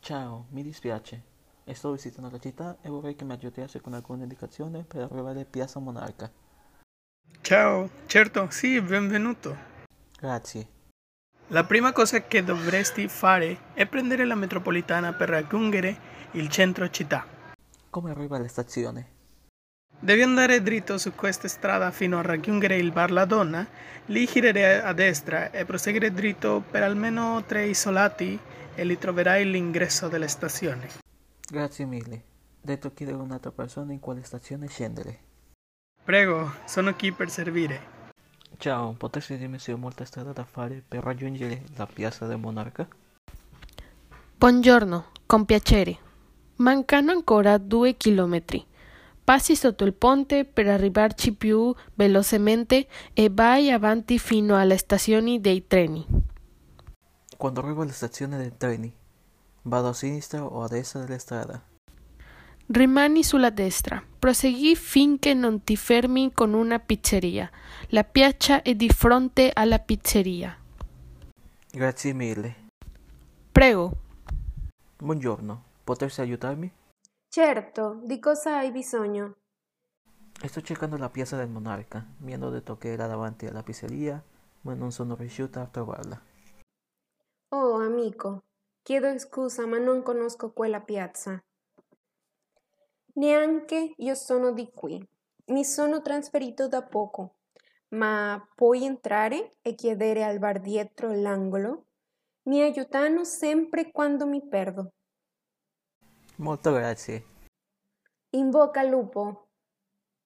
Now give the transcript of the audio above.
Ciao, mi dispiace. Sto visitando la città e vorrei che mi aiutasse con alcune indicazioni per arrivare a Piazza Monarca. Ciao, certo, sì, benvenuto. Grazie. La prima cosa che dovresti fare è prendere la metropolitana per raggiungere il centro città. Come arrivo alla stazione? Devi andare dritto su questa strada fino a raggiungere il Bar La Donna, lì girare a destra e proseguire dritto per almeno tre isolati e lì troverai l'ingresso della stazione. Grazie mille. Detto chiedere a un'altra persona in quale stazione scendere. Prego, sono qui per servire. Ciao, potresti dirmi se ho molta strada da fare per raggiungere la Piazza del Monarca? Buongiorno, con piacere. Mancano ancora due chilometri. Passi sotto il ponte per arrivarci più velocemente e vai avanti fino alle stazioni dei treni. Quando arrivo alla stazione dei treni, vado a sinistra o a destra della strada? Rimani sulla destra. Prosegui finché non ti fermi con una pizzeria. La piazza è di fronte alla pizzeria. Grazie mille. Prego. Buongiorno, potresti aiutarmi? Certo, di cosa hai bisogno? Sto cercando la piazza del monarca. Mi hanno detto che era davanti alla pizzeria, ma non sono riuscita a trovarla. Oh, amico, chiedo scusa, ma non conosco quella piazza. Neanche io sono di qui. Mi sono trasferito da poco. Ma puoi entrare e chiedere al bar dietro l'angolo? Mi aiutano sempre quando mi perdo. Molto grazie. In bocca al lupo.